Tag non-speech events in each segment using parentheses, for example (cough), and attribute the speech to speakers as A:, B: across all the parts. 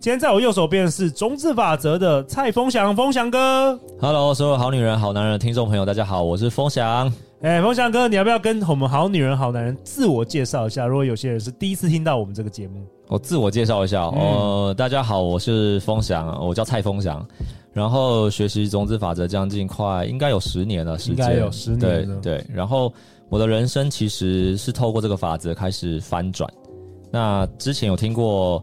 A: 今天在我右手边的是中字法则的蔡风祥，风祥哥。
B: Hello，所有好女人、好男人的听众朋友，大家好，我是风翔。
A: 哎、风祥哥，你要不要跟我们好女人、好男人自我介绍一下？如果有些人是第一次听到我们这个节目，
B: 我自我介绍一下，
A: 嗯
B: 哦，大家好，我是风翔，我叫蔡风翔，然后学习种子法则将近快应该有十年了，时
A: 应
B: 间
A: 该有十年了
B: 对对，然后我的人生其实是透过这个法则开始翻转。那之前有听过，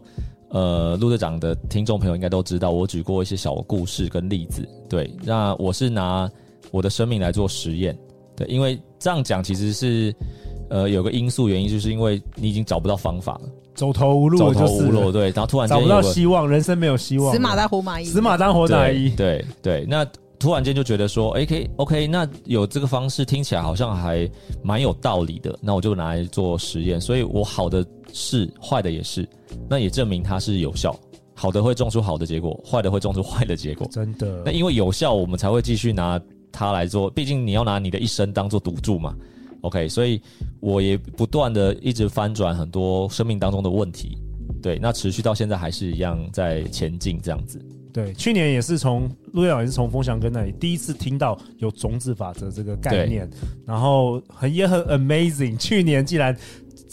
B: 呃，陆队长的听众朋友应该都知道，我举过一些小故事跟例子。对，那我是拿我的生命来做实验。对，因为这样讲其实是，呃，有个因素原因，就是因为你已经找不到方法了，
A: 走投无路
B: 走
A: 了就
B: 投
A: 是
B: 无路。对，然后突然间
A: 找
B: 有
A: 不
B: 个
A: 到希望，人生没有希望了，
C: 死马当活马医，
A: 死马当活马医。
B: 对对对，那突然间就觉得说，哎、可以 OK，那有这个方式听起来好像还蛮有道理的，那我就拿来做实验。所以我好的是，坏的也是，那也证明它是有效。好的会种出好的结果，坏的会种出 (laughs) 坏的结果。
A: 真的
B: 那，因为有效，我们才会继续拿它来做，毕竟你要拿你的一生当做赌注嘛。OK，所以我也不断的一直翻转很多生命当中的问题，对，那持续到现在还是一样在前进这样子。
A: 对，去年也是从陆队长也是从风翔哥那里第一次听到有种子法则这个概念，然后很也很 amazing。去年既然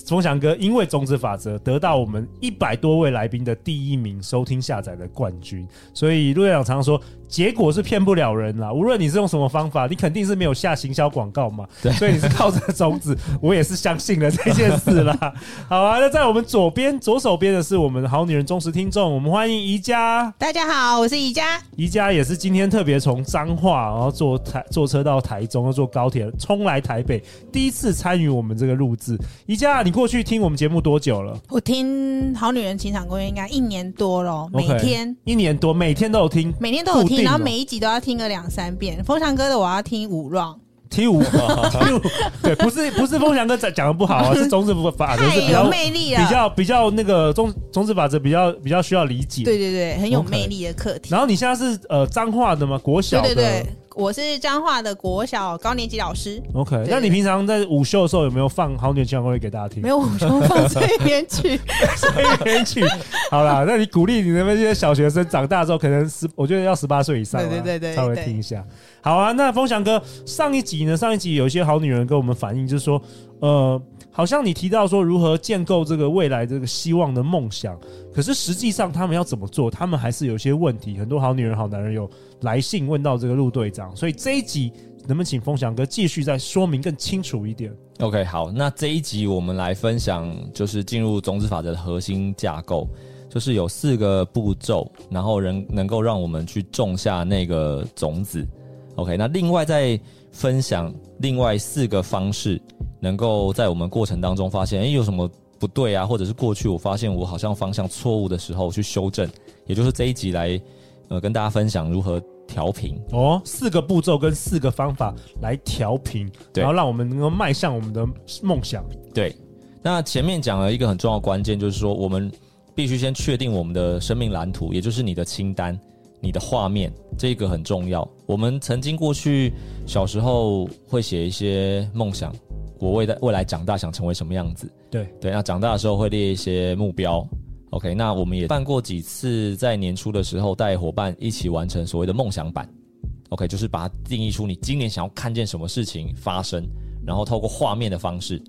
A: 风翔哥因为种子法则得到我们一百多位来宾的第一名收听下载的冠军，所以陆队长常说，结果是骗不了人啦。无论你是用什么方法，你肯定是没有下行销广告嘛，所以你是靠着种子， (laughs) 我也是相信了这件事啦。好啊，那在我们左边左手边的是我们的好女人忠实听众，我们欢迎宜家。
C: 大家好，我是宜家。
A: 宜家也是今天特别从彰化，然后坐台坐车到台中，又坐高铁冲来台北，第一次参与我们这个录制。宜家，你过去听我们节目多久了？
C: 我听《好女人情场攻略》应该一年多咯，每
A: OK
C: 天
A: 一年多，每天都有听，
C: 每天都有
A: 固定
C: 听，
A: 哦
C: 然后每一集都要听个两三遍。风翔哥的我要听五 round，
A: 听五听五， (laughs) 对，不是不是风翔哥讲讲的不好啊，是中字法则
C: 太
A: 是比
C: 有
A: 较
C: 魅力啊了，
A: 比较比较那个中中字法则比较比较需要理解。
C: 对对对，很有
A: OK
C: 魅力的课题。
A: 然后你现在是呃彰化的吗？国小
C: 对
A: 的
C: 对对，我是彰化的国小高年级老师，
A: o k
C: 对
A: 那你平常在午休的时候有没有放《好女人情感攻略》给大家听
C: 没？有我说放催眠
A: (laughs)
C: 曲， (laughs)
A: 催眠曲。好啦，那你鼓励你们这些小学生长大之后，可能十，我觉得要十八岁以上啦，
C: 对对对对
A: 稍微听一下。好啊，那风翔哥，上一集呢，上一集有一些好女人跟我们反映，就是说，呃，好像你提到说如何建构这个未来这个希望的梦想，可是实际上他们要怎么做，他们还是有一些问题。很多好女人、好男人有来信问到这个陆队长，所以这一集能不能请风翔哥继续再说明更清楚一点？
B: OK，好，那这一集我们来分享，就是进入种子法则的核心架构，就是有四个步骤，然后能能够让我们去种下那个种子。OK，那另外再分享另外四个方式，能够在我们过程当中发现，诶，有什么不对啊，或者是过去我发现我好像方向错误的时候去修正，也就是这一集来，呃，跟大家分享如何调频。
A: 哦，四个步骤跟四个方法来调频，
B: 对
A: 然后让我们能够迈向我们的梦想。
B: 对，那前面讲了一个很重要的关键，就是说我们必须先确定我们的生命蓝图，也就是你的清单、你的画面，这个很重要。我们曾经过去小时候会写一些梦想，我未来未来长大想成为什么样子。
A: 对
B: 对，那长大的时候会列一些目标。OK，那我们也办过几次，在年初的时候带伙伴一起完成所谓的梦想版。OK，就是把它定义出你今年想要看见什么事情发生，然后透过画面的方式，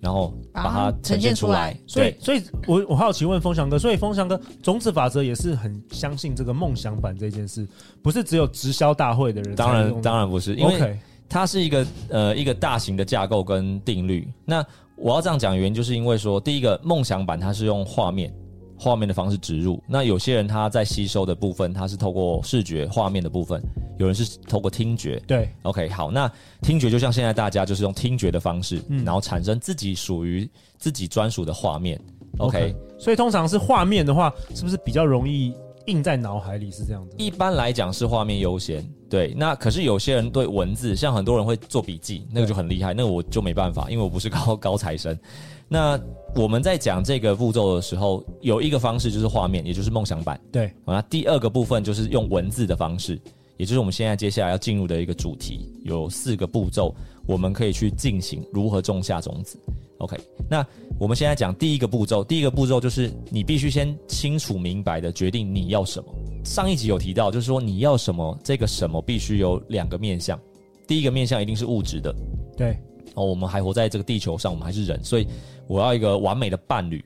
B: 然后把它呈现出来。
A: 所以
B: 对，
A: 所以我我好奇问风翔哥，所以风翔哥种子法则也是很相信这个梦想版这件事，不是只有直销大会的人才
B: 当
A: 能用
B: 然
A: 的。
B: 当然不是，因为
A: OK，
B: 它是一个呃一个大型的架构跟定律。那我要这样讲，原因就是因为说，第一个梦想版它是用画面画面的方式植入，那有些人他在吸收的部分，他是透过视觉画面的部分，有人是透过听觉。
A: 对
B: OK，好，那听觉就像现在大家就是用听觉的方式，
A: 嗯
B: 然后产生自己属于自己专属的画面。OK，,
A: OK。所以通常是画面的话，是不是比较容易印在脑海里是这样子。
B: 一般来讲是画面优先，对。那可是有些人对文字，像很多人会做笔记，那个就很厉害，那个我就没办法，因为我不是高高材生。那我们在讲这个步骤的时候，有一个方式就是画面，也就是梦想版。
A: 对，
B: 好，那第二个部分就是用文字的方式，也就是我们现在接下来要进入的一个主题，有四个步骤，我们可以去进行如何种下种子。OK，那我们现在讲第一个步骤，第一个步骤就是你必须先清楚明白的决定你要什么。上一集有提到，就是说你要什么，这个什么必须有两个面向，第一个面向一定是物质的，
A: 对，
B: 哦，我们还活在这个地球上，我们还是人，所以我要一个完美的伴侣。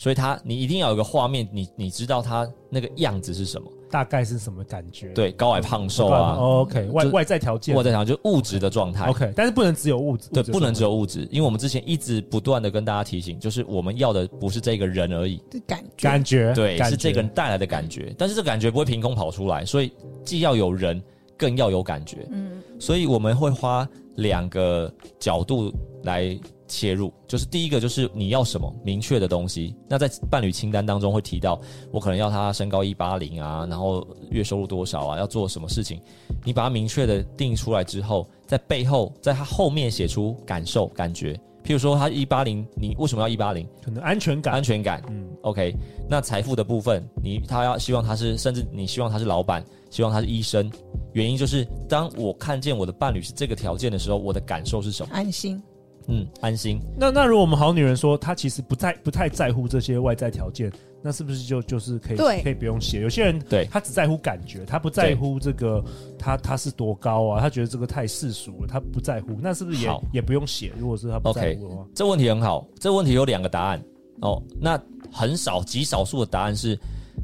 B: 所以他，你一定要有一个画面，你你知道他那个样子是什么？
A: 大概是什么感觉？
B: 对，高矮胖
A: 哦，
B: 瘦啊，
A: OK，外
B: 就
A: 外在条件
B: 我在想就是物质的状态。
A: ，OK，但是不能只有物质，
B: 对，
A: 物质
B: 不能只
A: 有
B: 有物质，因为我们之前一直不断的跟大家提醒，就是我们要的不是这个人而已，
C: 这感觉
A: 感觉，
B: 对，
A: 感
B: 是
A: 觉
B: 这个人带来的感觉。但是这个感觉不会凭空跑出来，所以既要有人，更要有感觉。
C: 嗯，
B: 所以我们会花两个角度来切入，就是第一个就是你要什么明确的东西。那在伴侣清单当中会提到，我可能要他身高一八零啊，然后月收入多少啊，要做什么事情，你把它明确的定出来之后，在背后在他后面写出感受感觉，譬如说他一八零，你为什么要一八零？
A: 可能安全感
B: 安，全感，
A: 嗯
B: OK，那财富的部分，你他要希望他是，甚至你希望他是老板，希望他是医生，原因就是当我看见我的伴侣是这个条件的时候，我的感受是什么？
C: 安心，
B: 嗯，安心。
A: 那那如果我们好女人说她其实不在不太在乎这些外在条件，那是不是就就是可以
C: 对
A: 可以不用写？有些人
B: 对
A: 她只在乎感觉，她不在乎这个她她是多高啊，她觉得这个太世俗了，她不在乎，那是不是也
B: 好
A: 也不用写？如果是她不在
B: OK
A: 乎的话，
B: 这问题很好，这问题有两个答案哦。那很少极少数的答案是，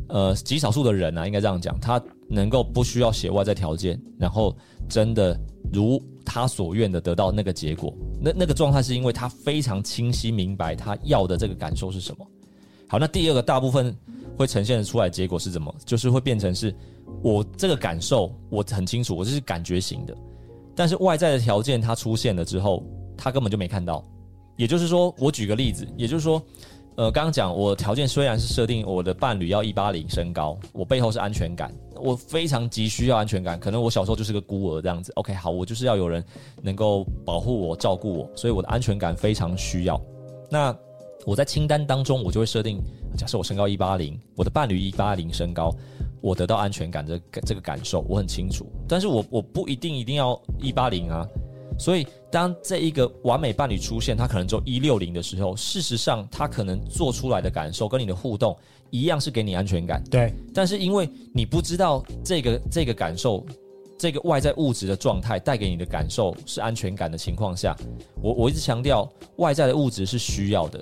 B: 呃，极少数的人啊，应该这样讲，他能够不需要写外在条件，然后真的如他所愿的得到那个结果。那那个状态是因为他非常清晰明白他要的这个感受是什么。好，那第二个大部分会呈现出来的结果是什么？就是会变成是我这个感受我很清楚，我这是感觉型的，但是外在的条件它出现了之后，他根本就没看到。也就是说，我举个例子，也就是说，呃，刚刚讲我条件虽然是设定我的伴侣要一八零身高，我背后是安全感，我非常急需要安全感，可能我小时候就是个孤儿这样子。OK，好，我就是要有人能够保护我、照顾我，所以我的安全感非常需要。那我在清单当中，我就会设定，假设我身高一八零，我的伴侣一八零身高，我得到安全感这个这个感受我很清楚，但是我我不一定一定要一八零啊，所以，当这一个完美伴侣出现，他可能只有一六零的时候，事实上他可能做出来的感受跟你的互动一样是给你安全感，
A: 对，
B: 但是因为你不知道这个这个感受，这个外在物质的状态带给你的感受是安全感的情况下，我我一直强调外在的物质是需要的，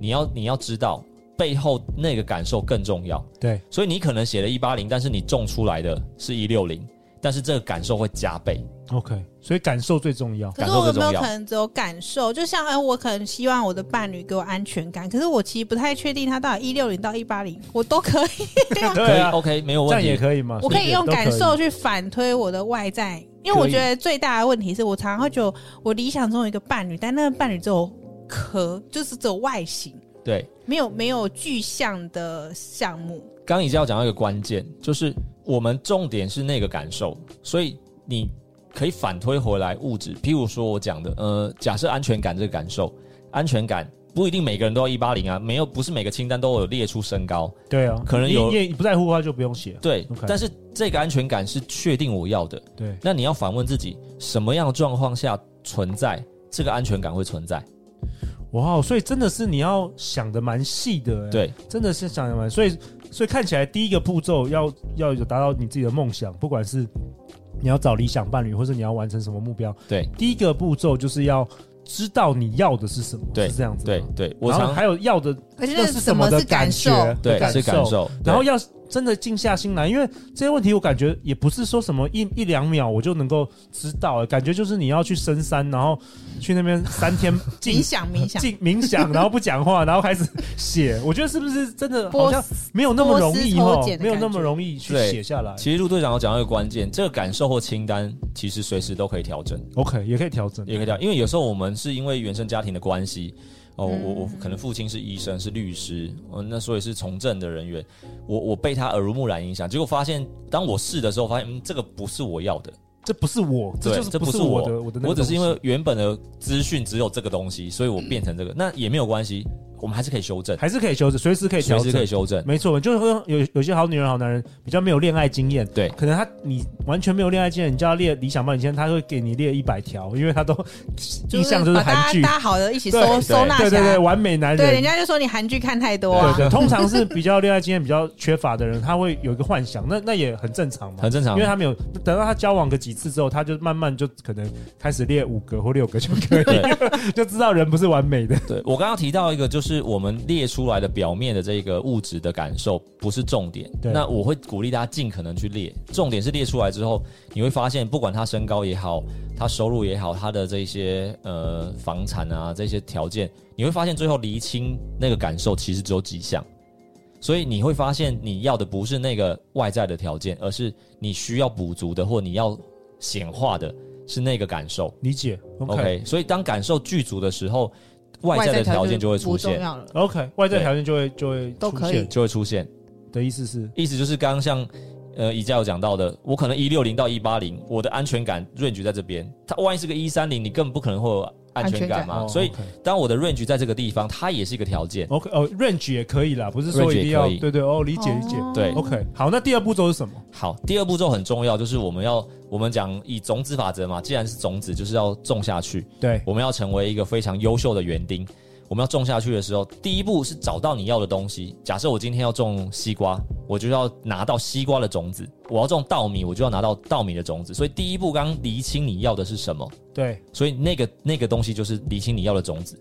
B: 你要你要知道背后那个感受更重要。
A: 对，
B: 所以你可能写了一八零，但是你种出来的是一六零，但是这个感受会加倍。
A: OK，所以感受最重要。
C: 可
B: 感
C: 是
B: 受
C: 我
B: 最
C: 有
B: 重
C: 没
B: 要
C: 有可能只有感受？就像哎、我可能希望我的伴侣给我安全感，可是我其实不太确定他到底一六零到一八零，我都可以，
B: 可
A: 对
B: 以
A: 啊，
B: ，OK，没有
A: 这
B: 问
A: 样
B: 题。
A: 也可以嘛？
C: 我可以用感
A: 啊所
C: 受去反推我的外在，因为我觉得最大的问题是我常常会觉得我理想中有一个伴侣，但那个伴侣只有壳，就是只有外形，
B: 对，
C: 没有没有具象的项目。
B: 刚刚已经要讲到一个关键，就是我们重点是那个感受，所以你可以反推回来物质。譬如说我讲的，呃，假设安全感这个感受，安全感不一定每个人都要一八零啊，没有不是每个清单都有列出身高，
A: 以对啊，
B: 可能
A: 你
B: 有
A: 你也不在乎的话就不用写。
B: 对
A: OK
B: 但是这个安全感是确定我要的。
A: 对，
B: 那你要反问自己，什么样的状况下存在这个安全感会存在？
A: 哇哦，所以真的是你要想的蛮细的、欸，，
B: 对，
A: 真的是想的蛮，所以所以看起来第一个步骤要要有达到你自己的梦想，不管是你要找理想伴侣，或者你要完成什么目标，
B: 对，
A: 第一个步骤就是要知道你要的是什么，
B: 对
A: 是这样子吗，
B: 对，对，我
A: 然后
B: 常
A: 还有要的
C: 可是
A: 那是什么
C: 是
A: 的感觉
C: 受？，
B: 对
A: 感
B: 是感受，
A: 然后
B: 对
A: 要真的静下心来，因为这些问题我感觉也不是说什么一一两秒我就能够知道、欸感觉就是你要去深山，然后去那边三天 (laughs)
C: 冥
A: 静
C: 想冥想，
A: 静冥
C: (laughs)
A: 想，然后不讲话，然后开始写。我觉得是不是真的好
C: 波
A: 像没有那么容易
C: 波斯
A: 哦
C: 抽检，的
A: 没有那么容易去
B: 对
A: 写下来。
B: 其实陆队长有讲到一个关键，这个感受或清单其实随时都可以调整，
A: OK，也可以调整，
B: 也可以调，因为有时候我们是因为原生家庭的关系，哦，我我可能父亲是医生，是律师，哦，那所以是从政的人员，我我被他耳濡目染影响，结果发现，当我试的时候，发现嗯，这个不是我要的，
A: 这不是我，这
B: 对
A: 就，是
B: 这
A: 不
B: 不
A: 是
B: 我
A: 我的我的那个东西，
B: 我只是因为原本的资讯只有这个东西，所以我变成这个，那也没有关系，我们还是可以修正，
A: 还是可以修正，随时可以
B: 随
A: 调
B: 时可
A: 整
B: 以。修正。
A: 没错，就是说有有些好女人、好男人比较没有恋爱经验，
B: 对
A: 可能他你完全没有恋爱经验，你叫他列理想伴侣前，他会给你列一百条，因为他都 (laughs)
C: 就
A: 印象就是
C: 把大
A: 韩
C: 家
A: 剧，
C: 搭好的一起
A: 对
C: 收
A: 对
C: 收纳起
A: 对
C: 来。
A: 对对，完美男
C: 对人
A: 人。
C: 家就说你韩剧看太多
A: 对
C: 啊。
A: 对，通常是比较恋爱经验比较缺乏的人，他会有一个幻想，那那也很正常嘛，
B: 很正常
A: 因为他没有等到他交往个几次之后，他就慢慢就可能开始列五个或六个就可以， (laughs) 就知道人不是完美的。
B: 对我刚刚提到一个，就是我们列出来的表面的这个物质的感受不是重点。
A: 对
B: 那我会鼓励大家尽可能去列，重点是列出来之后，你会发现，不管他身高也好，他收入也好，他的这些呃房产啊这些条件，你会发现最后厘清那个感受其实只有几项。所以你会发现，你要的不是那个外在的条件，而是你需要补足的，或你要显化的是那个感受。
A: 理解
B: OK，所以当感受具足的时候，外
C: 外
B: 在的条
C: 条
B: 件就会
C: 不
B: 出
C: 重
B: 现，
C: 要了。
A: OK，外在
B: 对
A: 条件就会就会
C: 都
A: 出
C: 可以
A: 现
B: 就会出现。
A: 的意思是，
B: 意思就是刚刚像呃宜家有讲到的，我可能一六零到一八零，我的安全感 range 在这边，它万一是个一三零，你根本不可能会有安全感嘛。
A: 哦
B: 所以当我的 range 在这个地方，它也是一个条件。
A: OK 哦，range 也可以啦，不是说
B: range
A: 一定要
B: 也可以
A: 对对哦，理解理解。
C: 哦
B: 对
A: OK，好，那第二步骤是什么？
B: 好，第二步骤很重要，就是我们要我们讲以种子法则嘛，既然是种子，就是要种下去。
A: 对，
B: 我们要成为一个非常优秀的园丁。我们要种下去的时候，第一步是找到你要的东西。假设我今天要种西瓜，我就要拿到西瓜的种子；我要种稻米，我就要拿到稻米的种子。所以第一步，刚刚厘清你要的是什么，
A: 对，
B: 所以那个那个东西就是厘清你要的种子。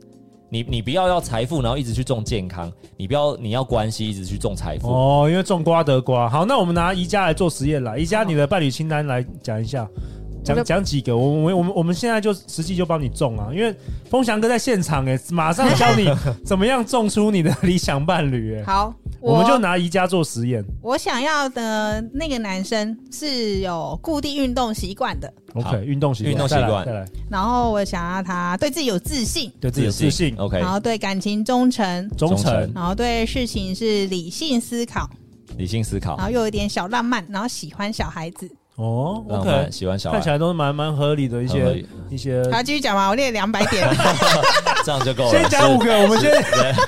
B: 你你不要要财富，然后一直去种健康；你不要你要关系，一直去种财富。
A: 哦，因为种瓜得瓜。好，那我们拿宜家来做实验啦。宜家，你的伴侣清单来讲一下，
C: 我
A: 讲
C: 的
A: 讲几个。我们我们我们现在就实际就帮你种啊，因为风翔哥在现场哎、马上教你怎么样种出你的理想伴侣哎、
C: 好，
A: 我们就拿宜家做实验。
C: 我想要的那个男生是有固定运动习惯的，
B: 好
A: OK，运动习惯，
B: 运动习惯
A: 再来，再来
C: 然后我想要他对自己有自信，
A: 对自己有自信、
B: ，OK，
C: 然后对感情忠诚，
A: 忠
B: 忠诚
A: 诚。
C: 然后对事情是理性思考，
B: 理性思考
C: 然，后又有一点小浪漫，然后喜欢小孩子。
A: 哦
B: 浪
A: ，OK，
B: 漫，喜欢小
A: 看起 (laughs)
B: 孩，
A: 来都是蛮蛮合理的一
B: 很合
A: 些
B: 理哦
A: 一些。
C: 好，继续讲吧，我列两百点。
A: (laughs)
B: 这样就够了。
A: 先讲五个，我们先
B: 时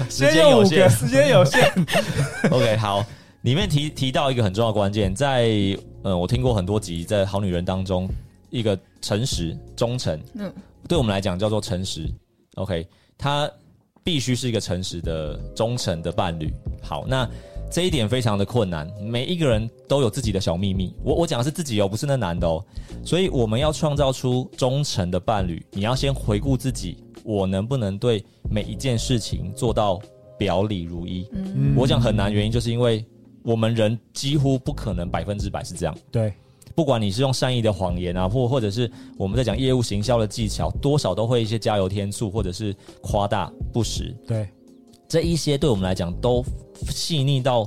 A: 先
B: 间有
A: 用五
B: 限
A: 个，，时间有限。
B: (laughs) OK，好，里面提提到一个很重要的关键，在嗯，我听过很多集，在《好女人》当中，一个诚实、忠诚，
C: 嗯，
B: 对我们来讲叫做诚实。OK，他必须是一个诚实的、忠诚的伴侣。好，那这一点非常的困难，每一个人都有自己的小秘密。我我讲的是自己哦，不是那男的哦。所以我们要创造出忠诚的伴侣，你要先回顾自己，我能不能对每一件事情做到表里如一？
A: 嗯
B: 我讲很难，原因就是因为我们人几乎不可能百分之百是这样。
A: 嗯对，
B: 不管你是用善意的谎言啊，或或者是我们在讲业务行销的技巧，多少都会一些加油添醋，或者是夸大不实，
A: 对，
B: 这一些对我们来讲都细腻到，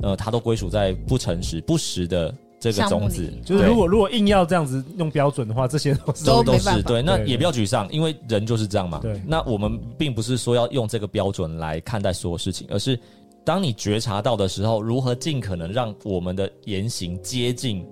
B: 呃，它都归属在不诚实、不实的这个
C: 项目
B: 种子
C: 里。
A: 就是
B: 对
A: 如果如果硬要这样子用标准的话，这些都是
C: 都
B: 都
C: 没
B: 都
C: 办
B: 是
C: 法
B: 对，那
A: 对
B: 也不要沮丧，因为人就是这样嘛。
A: 对
B: 那我们并不是说要用这个标准来看待所有事情，而是当你觉察到的时候，如何尽可能让我们的言行接近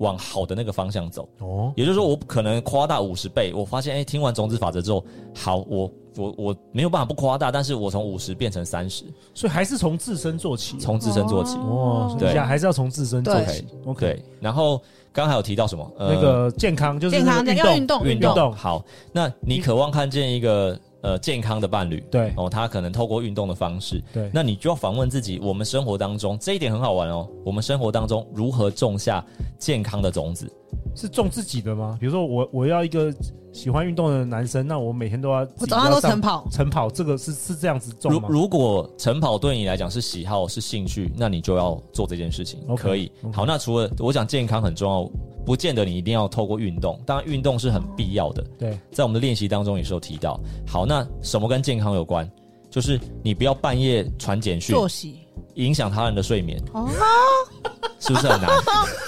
B: 往好的那个方向走。
A: 哦，
B: 也就是说，我可能夸大五十倍，我发现，哎、听完种子法则之后，好，我我我没有办法不夸大，但是我从五十变成三十，
A: 所以还是从自身做起。
B: 从自身做起。
A: 哦，
B: 对
A: 对，还是要从自身做起。OK，
B: 对，然后刚还有提到什么？呃
A: 那个健康就是
C: 健康
A: 那个
C: 要
A: 运
C: 运
A: 动，
C: 动，
A: 运
C: 动。
A: 动，
B: 好，那你渴望看见一个呃健康的伴侣，
A: 对
B: 哦，他可能透过运动的方式，
A: 对，
B: 那你就要反问自己，我们生活当中这一点很好玩哦，我们生活当中如何种下健康的种子？
A: 是种自己的吗？比如说我我要一个喜欢运动的男生，那我每天都要自己
C: 我早上都
A: 要上
C: 晨跑，
A: 晨跑，这个是是这样子种
B: 如
A: 吗？
B: 如果晨跑对你来讲是喜好是兴趣，那你就要做这件事情
A: OK，
B: 可以。
A: OK
B: 好，那除了我讲健康很重要，不见得你一定要透过运动，当然运动是很必要的，
A: 对，
B: 在我们的练习当中也是有提到。好，那什么跟健康有关？就是你不要半夜传简讯，
C: 作息，
B: 影响他人的睡眠，
C: 哦，
A: 哎
B: 是不是
A: (laughs)
B: 很难？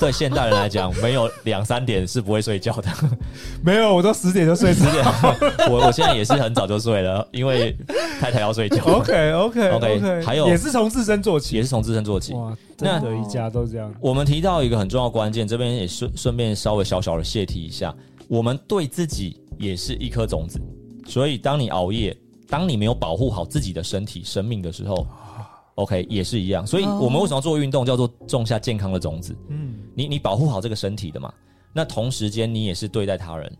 B: 对现代人来讲，没有两三点是不会睡觉的。 (laughs)
A: 没有，我都十点就睡
B: 十
A: (laughs)
B: 点，我我现在也是很早就睡了，因为太太要睡觉。
A: OK OK
B: OK，还有
A: 也是从自身做起，
B: 也是从自身做起。
A: 哇，
B: 那
A: 真的，一家都这样。
B: 我们提到一个很重要的关键，这边也顺顺便稍微小小的泄题一下，我们对自己也是一颗种子，所以当你熬夜，当你没有保护好自己的身体、生命的时候，OK
A: 啊
B: 也是一样。所以
A: 哦
B: 我们为什么要做运动，叫做种下健康的种子？
A: 嗯，
B: 你你保护好这个身体的嘛，那同时间你也是对待他人，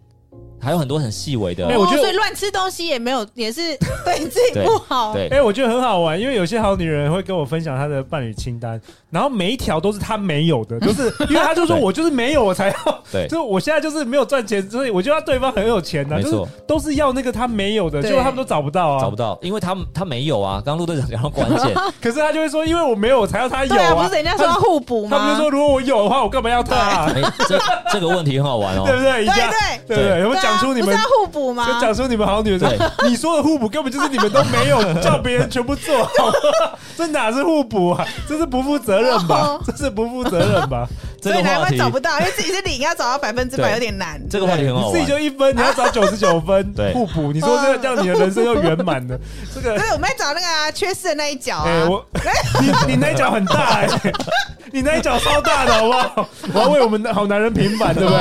B: 还有很多很细微的
A: 哎，我觉得
C: 所以乱吃东西也没有，也
A: (laughs)
C: 是对自己不好。
B: 对
A: 哎、我觉得很好玩，因为有些好女人会跟我分享她的伴侣清单，然后每一条都是她没有
B: (laughs)
A: 的，就是因为她就说
B: 对
A: 我就是没有，我才要，
B: 对
A: 就是我现在就是没有赚钱，所以我就要对方很有钱的、
B: 没
A: 就是
B: 错
A: 都是要那个她没有的，
C: 对
A: 结果他们都找不到啊，
B: 找不到，因为他们他没有啊。刚刚陆队长讲到关键，
A: 可是她就会说，因为我没有，我才要她有
C: 对啊，不是人家说要
A: 她
C: 互补
A: 他们
C: 吗
A: 就？说如果我有的话，我干嘛要她、啊？
B: 哎，这这个问题很好玩
A: (laughs) 对不
B: 哦。
A: 对？一
C: 对
A: 下
C: 对
A: 对不对？有
C: 对
A: 没有
C: 啊
A: 讲出你
C: 不
A: 们
C: 是要？互补吗
A: 就？讲出你们好女人说，你说的互补根本就是你们都
B: (laughs)
A: 没有叫别人全部做好，这哪是互补啊？这是不负责任吧
C: 哦？
A: 这是不负责任吧？
B: 这
C: 所以
B: 个
C: 难
B: 话
C: 怪
B: 题，
C: 找不到，因为自己是零，要找到百分之百
B: 对
C: 有点难。
B: 这个话 (laughs) 题很好
A: 你自己
B: 玩。
A: 就一分，你要找九十九分，
B: (laughs) 对
A: 互补。你说这个让你的人生又圆满
B: (laughs)
A: 了，这个
C: 所以我们在找那个啊，缺失的那一角
A: 哎、
C: 啊。
A: 我你你那一脚很大哎、
C: (laughs)
A: 你那一脚超大的好不好？我要为我们的好男人平
C: (laughs)
A: 反，对不对？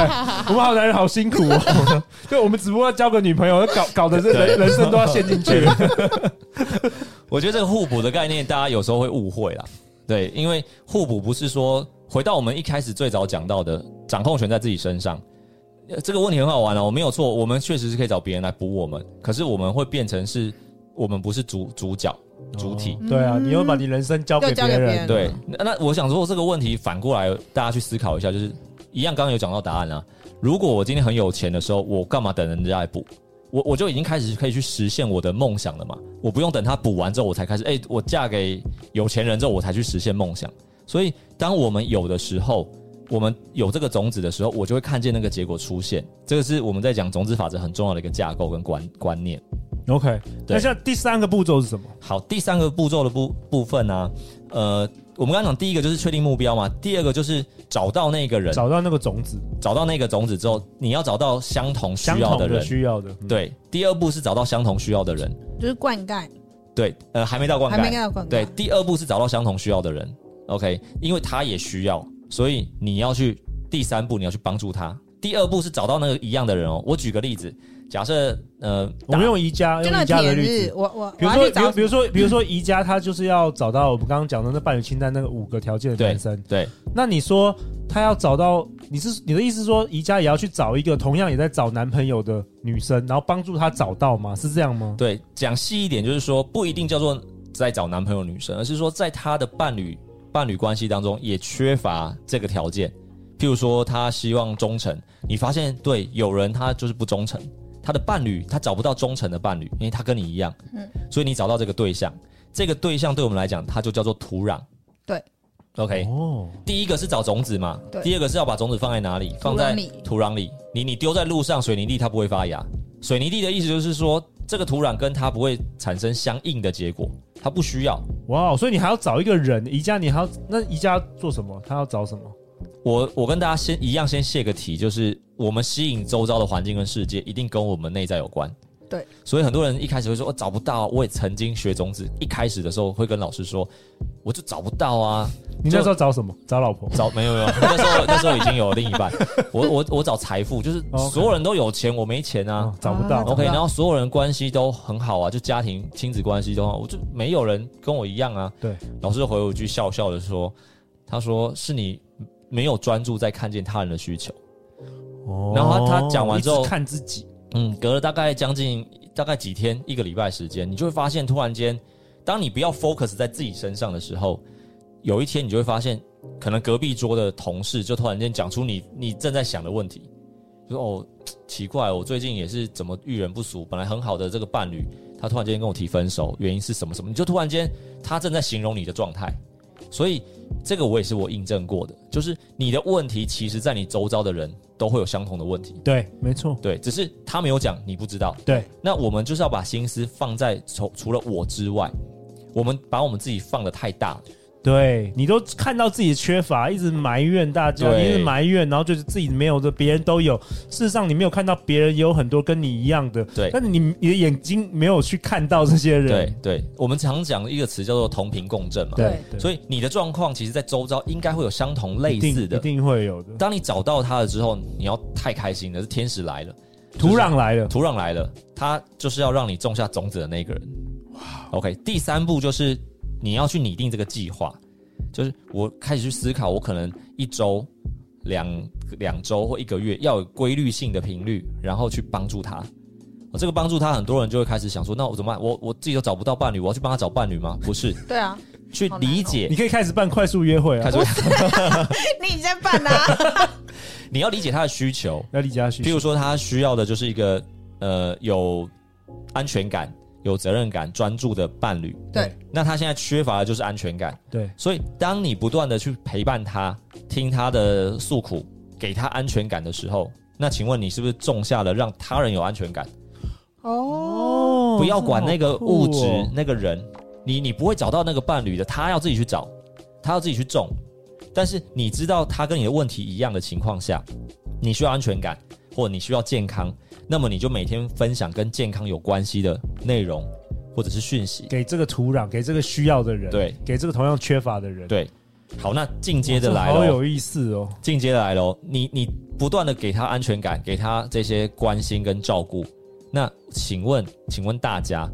A: 我们好男人好辛苦
B: (laughs)
A: 哦。对，我们只不过要交个女朋友，搞搞得这人人生都要陷进去。
B: 我觉得这个互补的概念，大家有时候会误会啦。对，因为互补不是说回到我们一开始最早讲到的，掌控权在自己身上。呃这个问题很好玩哦，我没有错，我们确实是可以找别人来补我们，可是我们会变成是我们不是主主角主体。
A: 哦对啊，你又把你人生交给
C: 嗯又交给
A: 别
C: 别
A: 人
C: 人，
B: 对，那那我想说这个问题反过来，大家去思考一下，就是一样，刚刚有讲到答案啊。如果我今天很有钱的时候，我干嘛等人家来补？我我就已经开始可以去实现我的梦想了嘛，我不用等他补完之后我才开始，哎、我嫁给有钱人之后我才去实现梦想。所以当我们有的时候，我们有这个种子的时候，我就会看见那个结果出现。这个是我们在讲种子法则很重要的一个架构跟观观念。
A: OK，
B: 对
A: 那像第三个步骤是什么？
B: 好，第三个步骤的部部分呢、呃，我们刚刚讲第一个就是确定目标嘛，第二个就是找到那个人，找
A: 找到那个种子，
B: 到那个种子之后，你要找到相同需
A: 相
B: 要
A: 同
B: 的
A: 的
B: 人。
A: 需要的。嗯，
B: 对，第二步是找到相同需要的人。
C: 就是灌溉，
B: 对，呃，还没到灌
C: 还没
B: 溉。
C: 看到灌溉。
B: 对，第二步是找到相同需要的人。OK，因为他也需要，所以你要去第三步，你要去帮助他。第二步是找到那个一样的人哦。我举个例子，假设呃，
A: 我们
B: 打
A: 用宜家，
C: 就
A: 用
C: 那
A: 宜
C: 个
A: 家
C: 铁
A: 的例
C: 日
A: 子，。
C: 我我
A: 比
C: 我
A: 如
C: 要去找
A: 说，比如比如说，比如说，宜家他就是要找到我们刚刚讲的那伴侣清单那个五个条件的
B: 对
A: 男生。
B: 对
A: 那你说他要找到，你是你的意思是说，宜家也要去找一个同样也在找男朋友的女生，然后帮助她找到吗？是这样吗？
B: 对，讲细一点，就是说不一定叫做在找男朋友女生，而是说在她的伴侣伴侣关系当中也缺乏这个条件。譬如说，她希望忠诚，你发现对有人他就是不忠诚，他的伴侣他找不到忠诚的伴侣，因为他跟你一样，
C: 嗯
B: 所以你找到这个对象，这个对象对我们来讲，它就叫做土壤。
C: 对
B: ，OK，、
A: 哦，
B: 第一个是找种子嘛，
C: 对
B: 第二个是要把种子放在哪里？放在
C: 壤里
B: 土壤里。你你丢在路上，水泥地它不会发芽。水泥地的意思就是说，这个土壤跟它不会产生相应的结果，它不需要。
A: 哇，哦所以你还要找一个人，宜家你还要那宜家做什么？他要找什么？
B: 我我跟大家先一样，先泄个题，就是我们吸引周遭的环境跟世界，一定跟我们内在有关。
C: 对，
B: 所以很多人一开始会说，我、找不到啊。我也曾经学种子，一开始的时候会跟老师说，我就找不到啊，
A: 你那时候找什么？找老婆。
B: 找没有没有，那时候那时候已经有另一半。我我我找财富，就是
A: OK
B: 所有人都有钱，我没钱啊
A: 哦。找不到
C: 啊
B: OK，
C: 找不到
B: 然后所有人关系都很好啊，就家庭亲子关系都好，我就没有人跟我一样啊。
A: 对，
B: 老师就回我一句笑笑的说：“他说是你没有专注在看见他人的需求。
A: 哦
B: 然后他讲完之后
A: 一直看自己，”
B: 嗯，隔了大概将近大概几天，一个礼拜时间，你就会发现，突然间，当你不要 focus 在自己身上的时候，有一天你就会发现，可能隔壁桌的同事就突然间讲出你你正在想的问题，就说哦，奇怪，我最近也是怎么遇人不淑，本来很好的这个伴侣，他突然间跟我提分手，原因是什么什么？你就突然间他正在形容你的状态，所以这个我也是我印证过的，就是你的问题，其实在你周遭的人都会有相同的问题，
A: 对，没错，
B: 对，只是他没有讲，你不知道。
A: 对，
B: 那我们就是要把心思放在除除了我之外，我们把我们自己放的太大了。
A: 对你都看到自己的缺乏，一直埋怨大家，
B: 对
A: 一直埋怨，然后就是自己没有的，别人都有。事实上，你没有看到别人也有很多跟你一样的，
B: 对
A: 但是你你的眼睛没有去看到这些人，
B: 对对，我们常讲一个词叫做同频共振嘛。
A: 对，
B: 所
A: 以
B: 以你的状况，其实，在周遭应该会有相同类
A: 一
B: 似
A: 定
B: 的
A: 一。定会有的。
B: 当你找到它了之后，你要太开心了，是天使来了，
A: 土壤来了，
B: 土壤来了，它就是要让你种下种子的那个人。OK，第三步就是你要去拟定这个计划，就是我开始去思考，我可能一周、两两周或一个月要有规律性的频率，然后去帮助他。我这个帮助他，很多人就会开始想说，那我怎么办？我我自己都找不到伴侣，我要去帮他找伴侣吗？不是，
C: 对啊，
B: 去
C: 好难哦
B: 理解
A: 你可以开始办快速约会
B: 开
A: 啊，
B: 始， (laughs)
C: 哎你已经在办啊，
B: 你要理解他的需求。
A: 要李佳旭，
B: 譬如说，他需要的就是一个呃有安全感、有责任感、专注的伴侣。
C: 对，
B: 那他现在缺乏的就是安全感，
A: 对
B: 所以当你不断的去陪伴他、听他的诉苦、给他安全感的时候，那请问你是不是种下了让他人有安全感？
C: (laughs) 哦，
A: 哦
B: 不要管那个物质、
A: 这好酷哦
B: 那个人，你你不会找到那个伴侣的，他要自己去找，他要自己去种。但是你知道他跟你的问题一样的情况下，你需要安全感，或你需要健康，那么你就每天分享跟健康有关系的内容或者是讯息。
A: 给这个土壤，给这个需要的人，
B: 对，
A: 给这个同样缺乏的人，，哦
B: 对，好，那进阶的来
A: 好
B: 了，哦
A: 有意思哦。
B: 进阶的来了，你你不断的给他安全感，给他这些关心跟照顾。那请问，请问大家，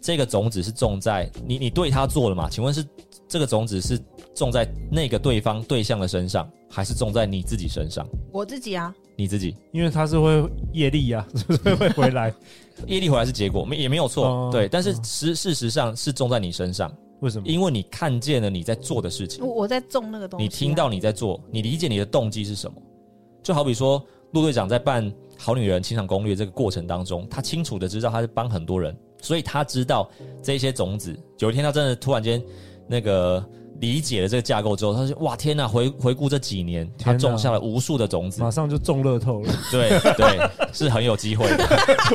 B: 这个种子是种在你你对他做了吗？请问是这个种子是种在那个对方对象的身上，还是种在你自己身上？
C: 我自己啊，
B: 你自己
A: 因为他是会业力啊， (laughs) 所以会回来。
B: 业力回来是结果，没也没有错，
A: 哦
B: 对。但是实事实上是种在你身上，
A: 为什么？
B: 因为你看见了你在做的事情。
C: 我我在种那个东西啊，
B: 你听到你在做，你理解你的动机是什么？就好比说，陆队长在办《好女人情场攻略》这个过程当中，他清楚的知道他是帮很多人，所以他知道这些种子。有一天，他真的突然间那个理解了这个架构之后，他说：“哇，天哪！回回顾这几年，他
A: 天哪
B: 种下了无数的种子
A: 马。上就中乐
B: (laughs)
A: 透了，
B: 对
A: (laughs)
B: 对，是很有机会的。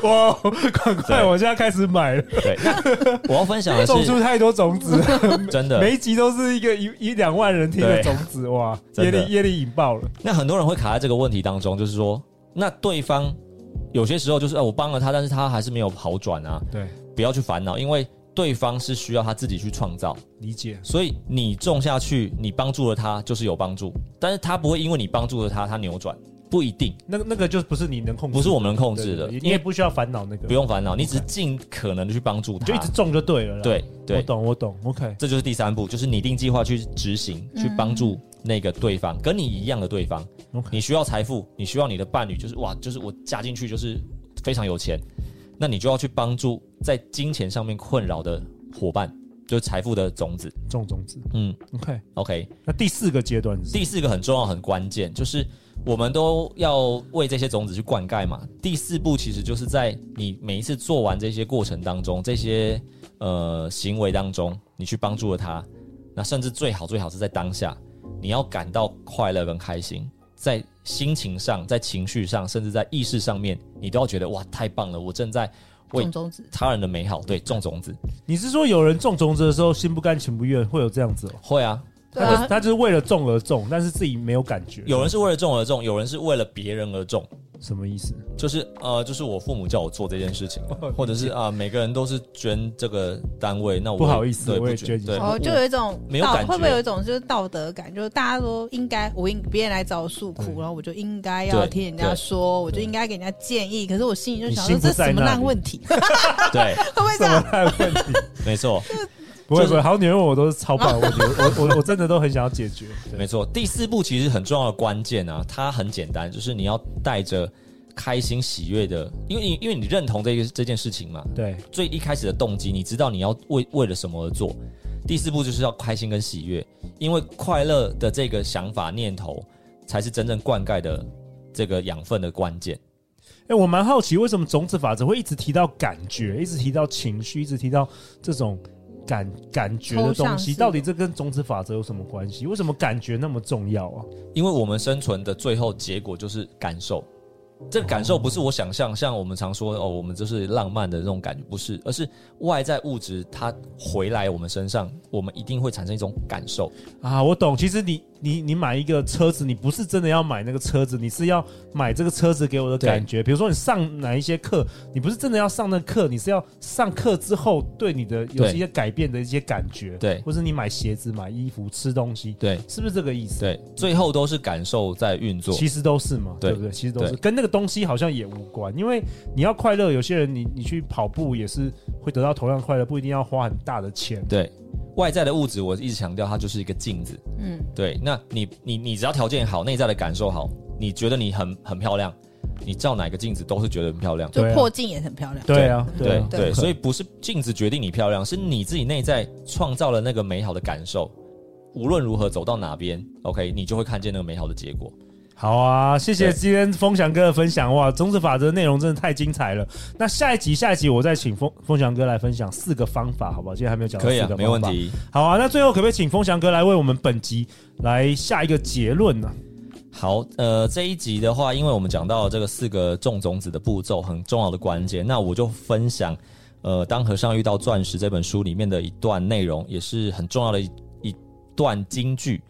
A: 哇！赶快，
B: 对
A: 我现在开始买了，
B: 对，那我要分享的
A: 种
B: 是
A: 出太多种子了，
B: 真的，
A: 每一集都是一个一一两万人听的
B: 对
A: 种子，哇！
B: 真
A: 业
B: 的
A: 力业力引爆了，
B: 那很多人会卡在这个问题当中，就是说，那对方有些时候就是，啊，我帮了他，但是他还是没有好转啊。
A: 对，
B: 不要去烦恼，因为对方是需要他自己去创造，
A: 理解。
B: 所以你种下去，你帮助了他就是有帮助，但是他不会因为你帮助了他，他扭转，不一定，
A: 那个那个就不是你能控制的，
B: 不是我们能控制的，
A: 对对对你
B: 因
A: 也
B: 为
A: 不需要烦恼那个，
B: 不，用烦恼，你只是尽可能的去帮助
A: 你就一
B: 他
A: 直，中就对了啦。，
B: 对
A: 我
B: 对，
A: 懂我懂，OK。
B: 这就是第三步，就是拟定计划去执行，去帮助那个对方跟你一样的对方
A: OK，
B: 你需要财富，你需要你的伴侣，就是哇，就是我嫁进去就是非常有钱，那你就要去帮助在金钱上面困扰的伙伴，就是财富的种子，
A: 种种子
B: 嗯。
A: ，OK。
B: OK，
A: 那第四个阶段是什么
B: 第四个很重要、很关键，就是我们都要为这些种子去灌溉嘛。第四步其实就是在你每一次做完这些过程当中，这些呃行为当中，你去帮助了他，那甚至最好最好是在当下，你要感到快乐跟开心，在心情上、在情绪上，甚至在意识上面，你都要觉得哇太棒了，我正在为
C: 种种子，
B: 他人的美好对种种子。
A: 你是说有人种种子的时候心不甘情不愿，会有这样子哦？
B: 会啊，
C: 对
A: 他就
C: 啊
A: 是，他就是为了种而种，但是自己没有感觉，
B: 有人是为了种而种，有人是为了别人而种。
A: 什么意思？
B: 就是呃，就是我父母叫我做这件事情，
A: 哦
B: 或者是啊、每个人都是捐这个单位，那我
A: 不好意思
B: 对
A: 我也
B: 不捐，
A: 捐一
B: 对，
A: 下
C: 哦，
B: 我
C: 就有一种
B: 没有
C: 道
B: 感觉
C: 会不会有一种就是道德感？就是大家说应该，我应别人来找我诉苦，
A: 对
C: 然后我就应该要
B: 对
C: 听人家
B: 对
C: 说，我就
A: 对
C: 应该给人家建议。可是我心里就
A: 你
C: 想
A: 心
C: 说，
A: 不
C: 这
A: 在
C: 什么
A: 那
C: 烂
A: 里
C: 问题？
B: (laughs)
C: (laughs)
B: 对，
C: 会不会这
A: 什么
C: 样？
A: 烂问题？
B: 没错，
A: 不会不会，好女人我都是超棒，我觉得我我我真的都很想要解决。对
B: 没错。第四步其实很重要的关键啊，它很简单，就是你要带着开心喜悦的，因为因因为你认同这个这件事情嘛，
A: 对，
B: 最一开始的动机，你知道你要为为了什么而做。第四步就是要开心跟喜悦，因为快乐的这个想法念头，才是真正灌溉的这个养分的关键。
A: 哎、我蛮好奇为什么种子法则会一直提到感觉，一直提到情绪，一直提到这种感感觉的
C: 抽
A: 东
C: 象
A: 西，
C: 式
A: 到底这跟种子法则有什么关系？为什么感觉那么重要啊？
B: 因为我们生存的最后结果就是感受，这个感受不是我想象，像我们常说哦，我们就是浪漫的那种感觉，不是，而是外在物质它回来我们身上，我们一定会产生一种感受。
A: 啊，我懂。其实你你你买一个车子，你不是真的要买那个车子，你是要买这个车子给我的感觉。比如说你上哪一些课，你不是真的要上那课，你是要上课之后对你的有
B: 对
A: 一些改变的一些感觉，
B: 对
A: 或是你买鞋子、买衣服、吃东西，
B: 对
A: 是不是这个意思？
B: 对，最后都是感受在运作。
A: 其实都是嘛，
B: 对
A: 对不对？其实都是
B: 对
A: 跟那个东西好像也无关，因为你要快乐，有些人你你去跑步也是会得到同样快乐，不一定要花很大的钱。
B: 对，外在的物质我一直强调，它就是一个镜子。
C: 嗯，
B: 对，那你你你只要条件好，内在的感受好，你觉得你很很漂亮，你照哪个镜子都是觉得很漂亮。
C: 就
A: 对啊
C: 破镜也很漂亮。
A: 对啊，
B: 对
A: 啊
C: 对
B: 对，所以不是镜子决定你漂亮，是你自己内在创造了那个美好的感受。无论如何走到哪边，OK，你就会看见那个美好的结果。
A: 好啊，谢谢
B: 对
A: 今天风翔哥的分享哇，种子法则内容真的太精彩了。那下一集下一集我再请风风翔哥来分享四个方法，好不好？今天还没有讲到
B: 可以
A: 四
B: 啊
A: 个，
B: 没问
A: 方法。
B: 题。
A: 好啊，那最后可不可以请风翔哥来为我们本集来下一个结论啊呢、
B: 好，呃，这一集的话，因为我们讲到这个四个种种子的步骤很重要的关键，那我就分享，呃，《当和尚遇到钻石》这本书里面的一段内容，也是很重要的一一段金句，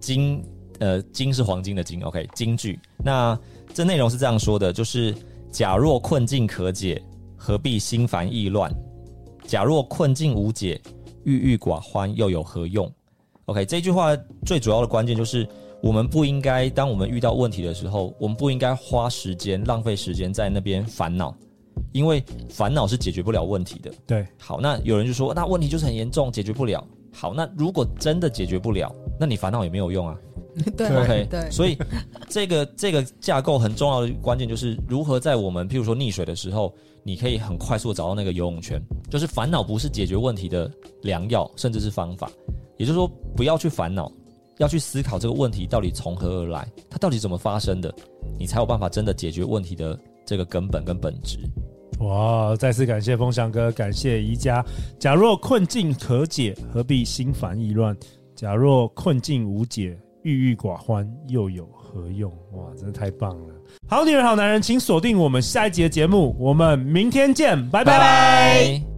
B: 金呃金是黄金的金，OK，金句。那这内容是这样说的，就是假若困境可解，何必心烦意乱？假若困境无解，郁郁寡欢又有何用？OK，这句话最主要的关键就是。我们不应该，当我们遇到问题的时候，我们不应该花时间、浪费时间在那边烦恼，因为烦恼是解决不了问题的。
A: 对，
B: 好，那有人就说，那问题就是很严重，解决不了。好，那如果真的解决不了，那你烦恼也没有用啊。
C: 对
B: OK，
C: (laughs) 对，
B: 所以这个这个架构很重要的关键就是如何在我们譬如说溺水的时候，你可以很快速地找到那个游泳圈，就是烦恼不是解决问题的良药，甚至是方法。也就是说，不要去烦恼，要去思考这个问题到底从何而来，它到底怎么发生的，你才有办法真的解决问题的这个根本跟本质。
A: 哇！再次感谢风翔哥，感谢宜家。假若困境可解，何必心烦意乱？假若困境无解，郁郁寡欢又有何用？哇，真的太棒了！好女人，好男人，请锁定我们下一集的节目，我们明天见，拜拜
B: 拜